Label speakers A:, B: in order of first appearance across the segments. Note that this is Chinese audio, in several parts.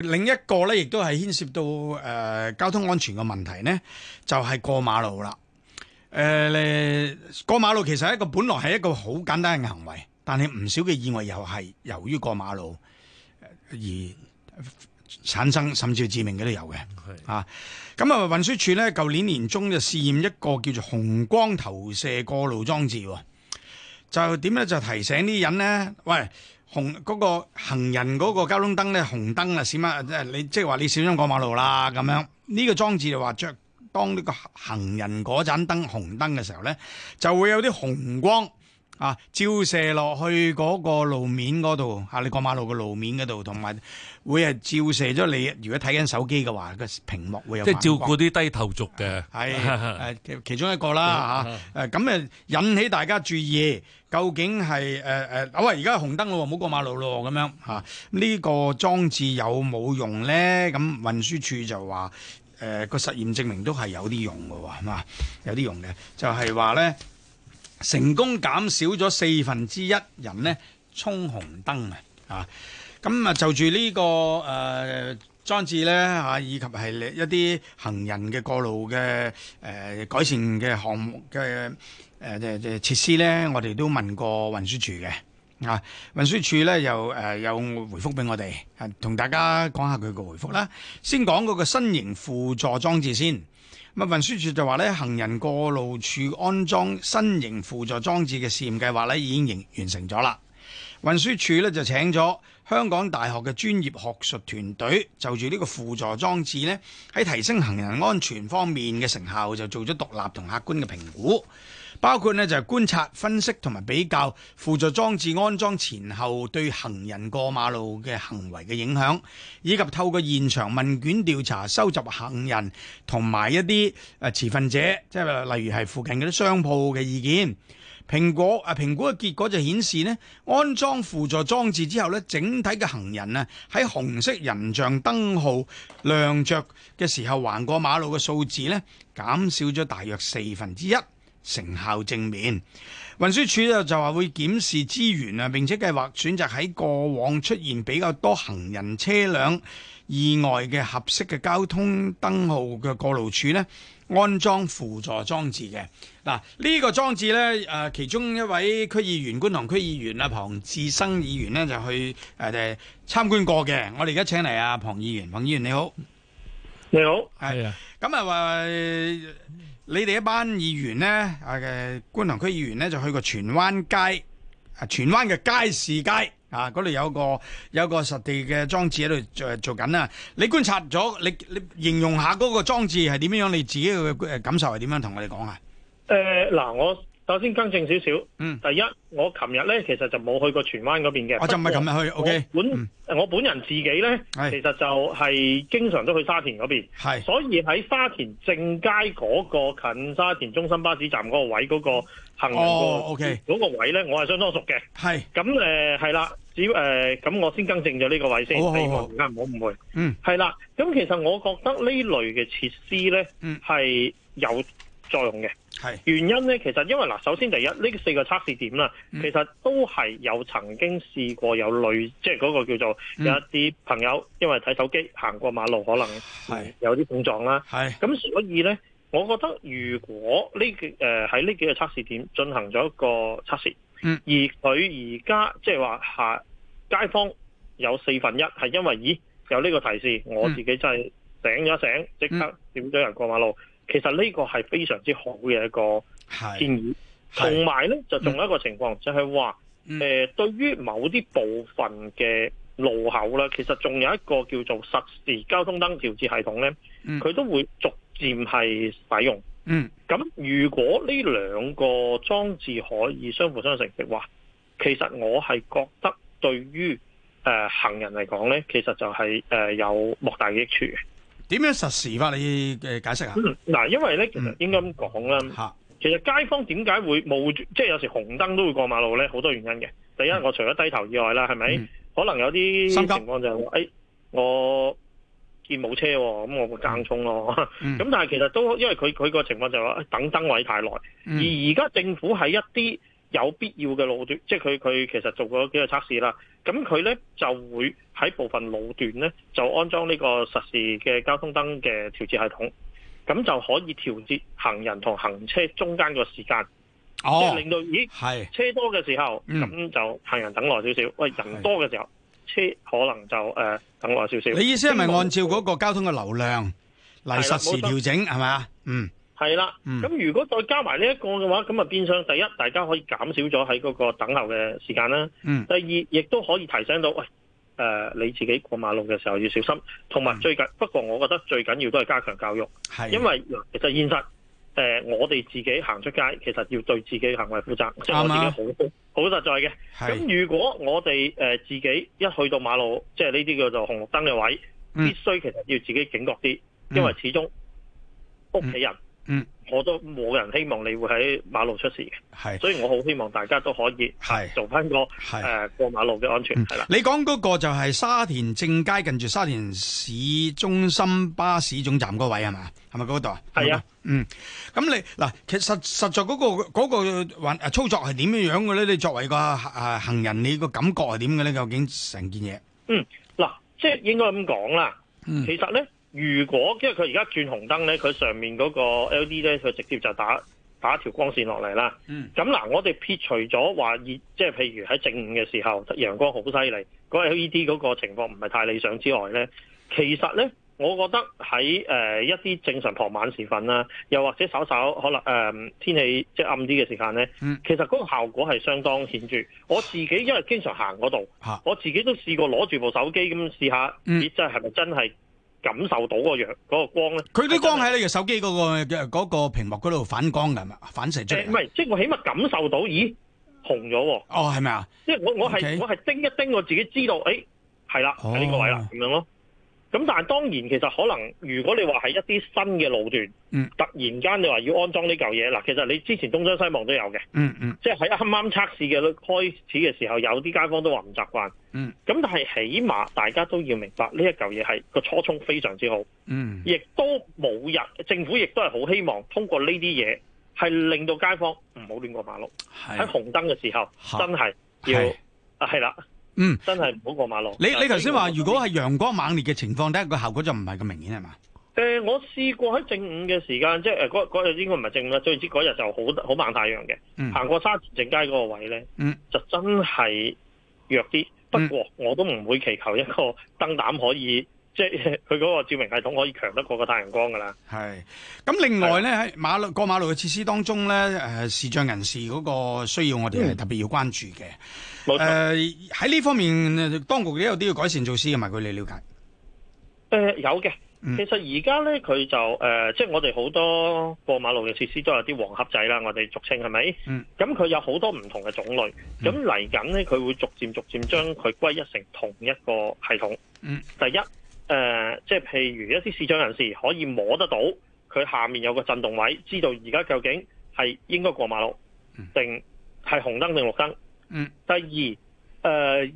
A: 另一個咧，亦都係牽涉到誒、呃交通安全嘅問題呢，就係、過馬路啦。誒、你過馬路其實係一個本來係一個好簡單嘅行為，但係唔少嘅意外又係由於過馬路呃而產生甚至致命嘅都有嘅。啊，咁啊，運輸署呢，舊年年中就試驗一個叫做紅光投射過路裝置喎，就點呢？就提醒啲人呢，喂，紅嗰、個行人嗰個交通燈呢，紅燈啊閃啊，即係你即係話你小心過馬路啦咁樣。呢、個裝置就話着當呢個行人嗰盞燈紅燈嘅時候呢，就會有啲紅光。啊！照射落去嗰個路面嗰度，嚇、你過馬路嘅路面嗰度，同埋會係照射咗你。如果睇緊手機嘅話，個屏幕會有
B: 即係照
A: 反光
B: 顧啲低頭族嘅。
A: 係 誒其其中一個啦嚇誒咁誒引起大家注意，究竟係誒誒好啊！而家紅燈咯，唔好過馬路咯咁樣嚇。呢、個裝置有冇用咧？咁運輸署就話誒個實驗證明都係有啲用嘅喎，係嘛？有啲用嘅，就係話咧成功減少咗四分之一人咧衝紅燈啊！啊咁啊，就住呢、個誒、呃、裝置咧嚇、啊以及係一啲行人嘅過路嘅誒、呃改善嘅項目嘅誒即即設施咧，我哋都問過運輸署嘅啊，運輸署咧又誒、呃有回覆俾我哋，啊同大家講下佢個回覆啦。先講嗰個新型輔助裝置先。咁啊，運輸署就話咧，行人過路處安裝新型輔助裝置嘅試驗計劃咧已經完完成咗啦。運輸署咧就請咗香港大學嘅專業學術團隊，就住呢個輔助裝置咧，喺提升行人安全方面嘅成效就做咗獨立同客觀嘅評估，包括呢就係觀察、分析同埋比較輔助裝置安裝前後對行人過馬路嘅行為嘅影響，以及透過現場問卷調查收集行人同埋一啲誒持份者，即係例如係附近嗰啲商鋪嘅意見。蘋果啊，評估嘅結果就顯示呢，安裝輔助裝置之後呢，整體嘅行人啊喺紅色人像燈號亮着嘅時候橫過馬路嘅數字呢，減少咗大約四分之一，成效正面。運輸署就就話會檢視資源啊，並且計劃選擇喺過往出現比較多行人車輛意外嘅合適嘅交通燈號嘅過路處呢，安裝輔助裝置嘅。嗱，呢個裝置呢，誒、呃其中一位區議員，觀塘區議員啊，龐志生議員呢，就去誒、呃、參觀過嘅。我哋而家請嚟啊，龐議員，龐議員你好。
C: 你好，
B: 係啊，
A: 咁啊話你哋一班議員呢，啊嘅觀塘區議員呢，就去過荃灣街啊，荃灣嘅街市街啊，嗰度有個有個實地嘅裝置喺度做做緊啊。你觀察咗，你你形容下嗰個裝置係點樣？你自己嘅誒感受係點樣？同我哋講下。
C: 誒呃嗱，我首先更正少少。
A: 嗯哦
C: 第一，我琴日咧其實就冇去過荃灣嗰邊嘅。
A: 我就唔係咁樣去
C: 不過
A: ，OK？
C: 我本、
A: 嗯
C: 我本人自己咧，
A: 係
C: 其實就係經常都去沙田嗰邊，
A: 係
C: 所以喺沙田正街嗰個近沙田中心巴士站嗰個位嗰、個行人嗰個、
A: 哦，OK
C: 嗰個位咧，我係相當熟嘅。
A: 係，
C: 咁誒係啦，只要誒咁、我先更正咗呢個位先，
A: 好好好
C: 希望大家唔好誤會。
A: 嗯，
C: 係啦，咁其實我覺得呢類嘅設施咧
A: 嗯
C: 係有作用嘅。
A: 係
C: 原因咧，其實因為嗱，首先第一，呢四個測試點啦，
A: 嗯
C: 其實都係有曾經試過有類，即係嗰個叫做
A: 嗯
C: 有一啲朋友因為睇手機行過馬路，可
A: 係
C: 能有啲碰撞啦。
A: 係
C: 咁所以咧，我覺得如果呢幾誒喺呢幾個測試點進行咗一個測試，
A: 嗯
C: 而佢而家即係話下街坊有四分一係因為咦有呢個提示，我
A: 嗯
C: 自己真係醒咗一醒，即刻點咗人過馬路。其實呢個係非常之好嘅一個建
A: 係，
C: 議，
A: 係
C: 同埋咧就仲有一個情況就係話
A: 嗯
C: 誒，對於某啲部分嘅路口啦，其實仲有一個叫做實時交通燈調節系統咧。
A: 嗯
C: 佢都會逐漸係使用。
A: 嗯
C: 咁如果呢兩個裝置可以相輔相成的話，其實我係覺得對於誒、呃行人嚟講呢，其實就係、呃有莫大嘅益處嘅。
A: 點樣實時法？你嘅解釋下
C: 嗯嗱、因為呢，其
A: 嗯
C: 實應該咁講啦，
A: 嚇，
C: 其實街坊點解會冇即係有時紅燈都會過馬路呢？好多原因嘅。第一，我除咗低頭以外啦，係咪？
A: 嗯
C: 可能有啲
A: 心
C: 情
A: 急
C: 況就係、話，誒、哎我見冇車喎，咁我咪更衝咯。
A: 嗯
C: 咁但係其實都因為佢佢個情況就係話哎等燈位太耐，而
A: 嗯
C: 而家政府喺一啲有必要嘅路段，即係佢佢其實做過幾個測試啦。咁佢咧就會喺部分路段咧就安裝呢個實時嘅交通燈嘅調節系統，咁就可以調節行人同行車中間個時間，即係
A: 哦，
C: 令到咦
A: 係
C: 車多嘅時候，
A: 嗯
C: 咁就行人等耐少少；喂人多嘅時候，車可能就誒、呃等耐少少。
A: 你意思係咪按照嗰個交通嘅流量嚟實時
C: 係啦冇錯
A: 調整係咪啊？嗯，
C: 係啦，
A: 嗯
C: 咁如果再加埋呢一個嘅話，咁啊變相第一，大家可以減少咗喺嗰個等候嘅時間啦。
A: 嗯
C: 第二，亦都可以提醒到，喂，誒、呃你自己過馬路嘅時候要小心，同埋最緊，不過我覺得最緊要都係加強教育，
A: 嗯係，
C: 因為嗱其實現實。誒、我哋自己行出街，其實要對自己行為負責，即係我
A: 啱啊
C: 自己好好實在嘅。
A: 係
C: 咁如果我哋誒、呃自己一去到馬路，即係呢啲叫做紅綠燈嘅位，
A: 嗯
C: 必須其實要自己警覺啲，因為始終屋企人，
A: 嗯
C: 我都冇人希望你會喺馬路出事嘅，
A: 係
C: 所以我好希望大家都可以
A: 係
C: 做翻個誒、
A: 係。嗯
C: 過馬路嘅安全係啦，
A: 你講嗰個就係沙田正街近住沙田市中心巴士總站嗰位係嘛？係咪嗰度啊？
C: 係啊，
A: 嗯。咁你嗱，其實實在嗰、個嗰、個運啊操作係點樣樣嘅咧？你作為個啊行人，你個感覺係點嘅咧？究竟成件嘢？
C: 嗱，即係應該咁講啦。
A: 嗯
C: 其實咧，如果因為佢而家轉紅燈咧，佢上面嗰個 LED 咧，佢直接就打打條光線落嚟啦。
A: 嗯
C: 咁嗱，我哋撇除咗話熱，即係譬如喺正午嘅時候陽光好犀利，嗰 LED 嗰個情況唔係太理想之外咧，其實咧，我覺得喺誒、呃一啲正常傍晚時分啦，又或者稍稍可能誒、呃天氣即係暗啲嘅時間咧，
A: 嗯
C: 其實嗰個效果係相當顯著。我自己因為經常行嗰度
A: 嚇，
C: 我自己都試過攞住部手機咁試下，
A: 嗯
C: 咦，真係係咪真係感受到個陽嗰、個光咧？
A: 佢啲光喺你嘅手機嗰、個嘅嗰、個屏幕嗰度反光㗎係嘛？反射出
C: 誒
A: 嚟
C: 唔
A: 㗎。
C: 係，即係我起碼感受到，咦，紅咗喎。
A: 哦，係咪啊？
C: 即係我我係
A: OK
C: 我係叮一叮我自己知道，誒係啦，
A: 哦
C: 喺呢個位啦，咁樣咯。咁但係當然其實可能，如果你話係一啲新嘅路段，
A: 嗯
C: 突然間你話要安裝呢嚿嘢，嗱，其實你之前東張西望都有嘅，
A: 嗯嗯
C: 即係喺啱啱測試嘅開始嘅時候，有啲街坊都話唔習慣。
A: 嗯，
C: 咁但係起碼大家都要明白呢一嚿嘢係個初衷非常之好，
A: 嗯
C: 亦都冇人政府亦都係好希望通過呢啲嘢係令到街坊唔好亂過馬路，喺
A: 係
C: 紅燈嘅時
A: 嚇
C: 候真係要
A: 係
C: 啊係啦。
A: 嗯。
C: 真係唔好過馬路。啊
A: 你你頭先話，
C: 誒
A: 如果係陽光猛烈嘅情況底下，個效果就唔係咁明顯係嘛？
C: 誒，我試過喺正午嘅時間，即係誒嗰嗰日應該唔係正午啦，最知嗰日就好好猛太陽嘅，
A: 嗯
C: 行過沙田正街嗰個位咧，
A: 嗯
C: 就真係弱啲。不過我都唔會祈求一個燈膽可以，即係佢嗰個照明系統可以強得過個太陽光㗎啦。
A: 係，咁另外
C: 啊
A: 咧喺馬路過馬路嘅設施當中咧，誒、視障人士嗰個需要我哋係特別要關注嘅。
C: 嗯冇錯。
A: 誒喺呢方面，呃當局都有啲要改善措施嘅，咪據你了解？
C: 誒、呃有嘅，
A: 嗯
C: 其實而家咧佢就誒、即係我哋好多過馬路嘅設施都有啲黃盒仔啦，我哋俗稱係咪？
A: 嗯。
C: 咁佢有好多唔同嘅種類，咁嚟緊咧佢會逐漸逐漸將佢歸一成同一個系統。
A: 嗯。
C: 第一，誒、呃即係譬如一啲視障人士可以摸得到佢下面有個震動位，知道而家究竟係應該過馬路
A: 嗯
C: 定係紅燈定綠燈。
A: 嗯。
C: 第二，呃誒、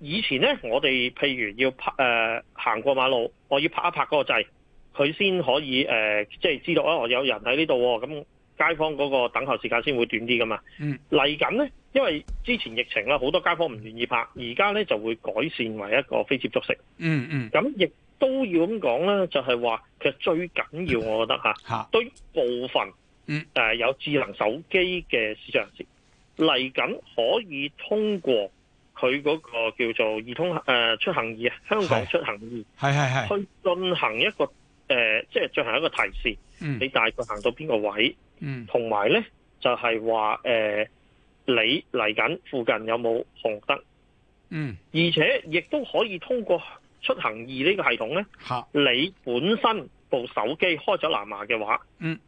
C: 以前咧，我哋譬如要拍誒、呃行過馬路，我要拍一拍嗰個掣，佢先可以誒、呃即係知道啊，我有人喺呢度喎，咁街坊嗰個等候時間先會短啲噶嘛。
A: 嗯，
C: 嚟緊咧，因為之前疫情啦，好多街坊唔願意拍，而家咧就會改善為一個非接觸式。
A: 嗯嗯，
C: 咁亦都要咁講啦，就係話其實最緊要，我覺得嚇，
A: 嚇
C: 對於部分
A: 嗯
C: 誒、呃有智能手機嘅市場人士嚟緊，可以通過佢嗰個叫做易通誒、呃出行易啊，香港
A: 係
C: 出行易
A: 係係係，
C: 去進行一個誒、呃即係進行一個提示，
A: 嗯
C: 你大概行到邊個位，
A: 嗯
C: 同埋咧就係話誒你嚟緊附近有冇紅燈，
A: 嗯
C: 而且亦都可以通過出行易呢個系統咧。
A: 嚇
C: 你本身部手機開咗藍牙嘅話，
A: 嗯，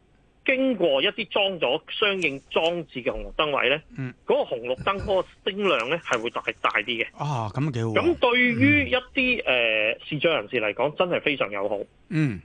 C: 經過一啲裝咗相應裝置嘅紅綠燈位呢，
A: 嗯，
C: 嗰個紅綠燈嗰個聲量呢係會大大啲嘅。
A: 啊，咁幾好
C: 咁
A: 喎。
C: 對於一啲誒、呃、視障人士嚟講，真係非常友好。
A: 嗯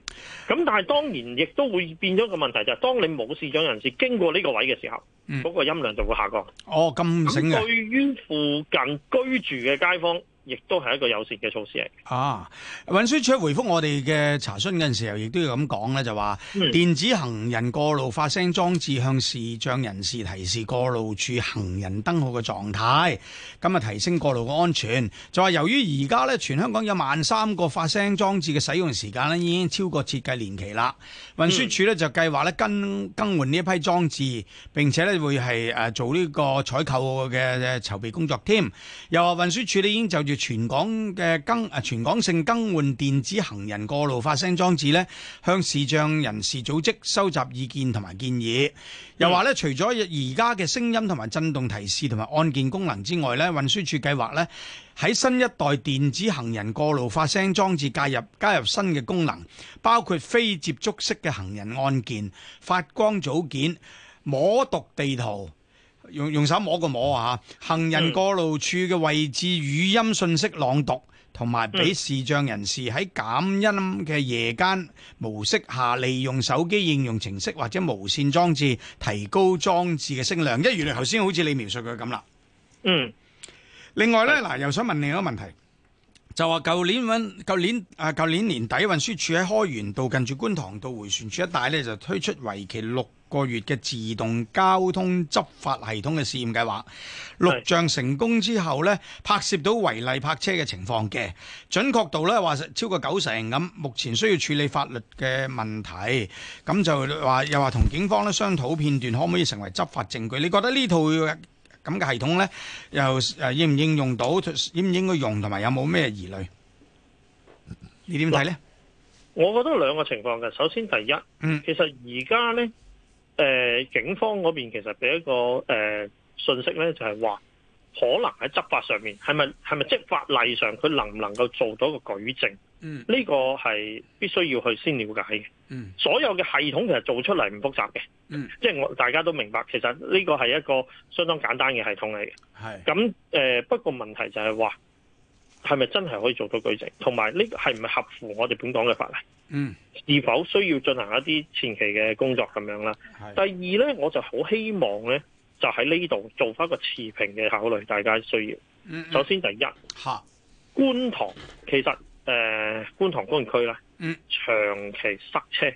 C: 咁但係當然亦都會變咗個問題，就係、當你冇視障人士經過呢個位嘅時候，嗰、
A: 嗯
C: 個音量就會下降。
A: 哦，咁醒
C: 咁
A: 嘅，
C: 對於附近居住嘅街坊，亦都係一個友善嘅措施嚟。
A: 啊，運輸署回覆我哋嘅查詢嘅時候，亦都要咁講咧，就話
C: 嗯
A: 電子行人過路發聲裝置向視障人士提示過路處行人燈號嘅狀態，咁啊提升過路嘅安全。就話由於而家咧全香港有萬三個發聲裝置嘅使用時間咧已經超過設計年期啦，運輸署咧就計劃咧更更換呢一批裝置，並且咧會係誒呃做呢個採購嘅嘅籌備工作添。又話運輸署呢已經就住全港嘅更啊全港性更換電子行人過路發聲裝置呢，向視障人士組織收集意見同埋建議。又話呢，除咗而家嘅聲音同埋震動提示同埋按鍵功能之外呢，運輸署計劃呢喺新一代電子行人過路發聲裝置介入加入新嘅功能，包括非接觸式嘅行人按鍵、發光組件、摸讀地圖。用用手摸個摸啊！行人過路處嘅位置語音信息朗讀，同埋俾視障人士喺減音嘅夜間模式下，利用手機應用程式或者無線裝置提高裝置嘅聲量。一如你頭先好似你描述佢咁啦。
C: 嗯，
A: 另外咧，嗱又想問另一個問題，就話舊年揾舊年啊舊年年底運輸署喺開源道近住觀塘道迴旋處一帶咧，就推出為期六個月嘅自動交通執法系統嘅試驗計劃。錄像成功之後咧，拍攝到違例泊車嘅情況嘅準確度咧話超過九成咁。目前需要處理法律嘅問題，咁就話又話同警方咧商討片段可唔可以成為執法證據？你覺得呢套咁嘅系統咧，又誒應唔應用到，應唔應該用，同埋有冇咩疑慮？你點睇咧？
C: 我覺得兩個情況嘅。首先第一，
A: 嗯
C: 其實而家呢，誒、警方嗰邊其實俾一個誒、呃信息呢，就係、話可能喺執法上面係咪係咪即係法例上佢能唔能夠做到一個舉證？
A: 嗯
C: 呢、個係必須要去先了解嘅。
A: 嗯
C: 所有嘅系統其實做出嚟唔複雜嘅，
A: 嗯
C: 即係我大家都明白，其實呢個係一個相當簡單嘅系統嚟嘅。
A: 係
C: 咁誒、呃不過問題就係話係咪真係可以做到舉證，同埋呢個係唔係合乎我哋本港嘅法例，
A: 嗯
C: 是否需要進行一啲前期嘅工作咁樣啦？第
A: 係
C: 二呢，我就好希望呢，就喺呢度做翻一個持平嘅考慮，大家需要。
A: 嗯
C: 首先第一，
A: 嚇
C: 觀塘其實誒、呃、觀塘工業區咧，
A: 嗯
C: 長期塞車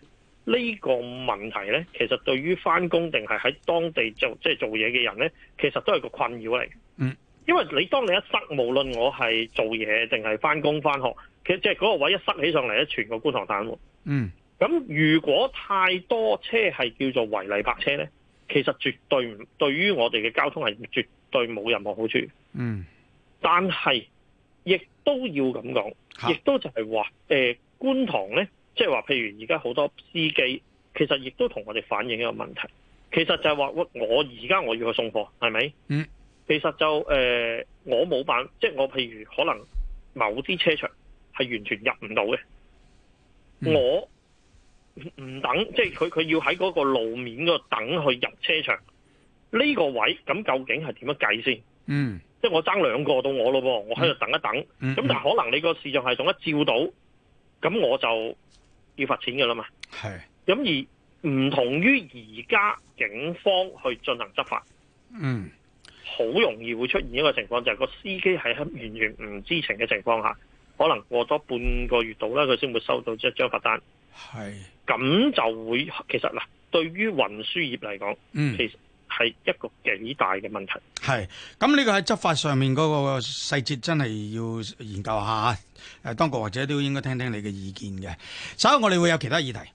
C: 呢、個問題呢，其實對於翻工定係喺當地做即係做嘢嘅人呢，其實都係個困擾嚟嘅。
A: 嗯，
C: 因為你當你一塞，無論我係做嘢定係翻工翻學，其實即係嗰個位一塞起上嚟咧，全個觀塘癱瘓。
A: 嗯
C: 咁如果太多車係叫做違例泊車呢，其實絕對唔對於我哋嘅交通係絕對冇任何好處。
A: 嗯
C: 但係亦都要咁講。
A: 嚇
C: 亦都就係話誒觀塘咧，即係話譬如而家好多司機，其實亦都同我哋反映一個問題，其實就係話喂我而家我要去送貨，係咪？
A: 嗯。
C: 其實就誒、呃我冇辦，即係我譬如可能某啲車場係完全入唔到嘅，
A: 嗯
C: 我唔唔等，即係佢佢要喺嗰個路面嗰度等去入車場呢、個位，咁究竟係點樣計先？
A: 嗯
C: 即係我爭兩個到我咯噃，我喺度等一等。
A: 嗯
C: 咁但係可能你個視像系統一照到，咁我就要罰錢㗎啦嘛。
A: 係
C: 咁而唔同於而家警方去進行執法，
A: 嗯
C: 好容易會出現一個情況，就係、個司機喺完全唔知情嘅情況下，可能過多半個月度啦，佢先會收到一張罰單。
A: 係
C: 咁就會其實嗱，對於運輸業嚟講，
A: 嗯。
C: 其實係一個幾大嘅問題。
A: 係，咁呢個喺執法上面嗰個細節真係呃要研究下，誒當局或者都應該聽聽你嘅意見嘅。稍後我哋會有其他議題。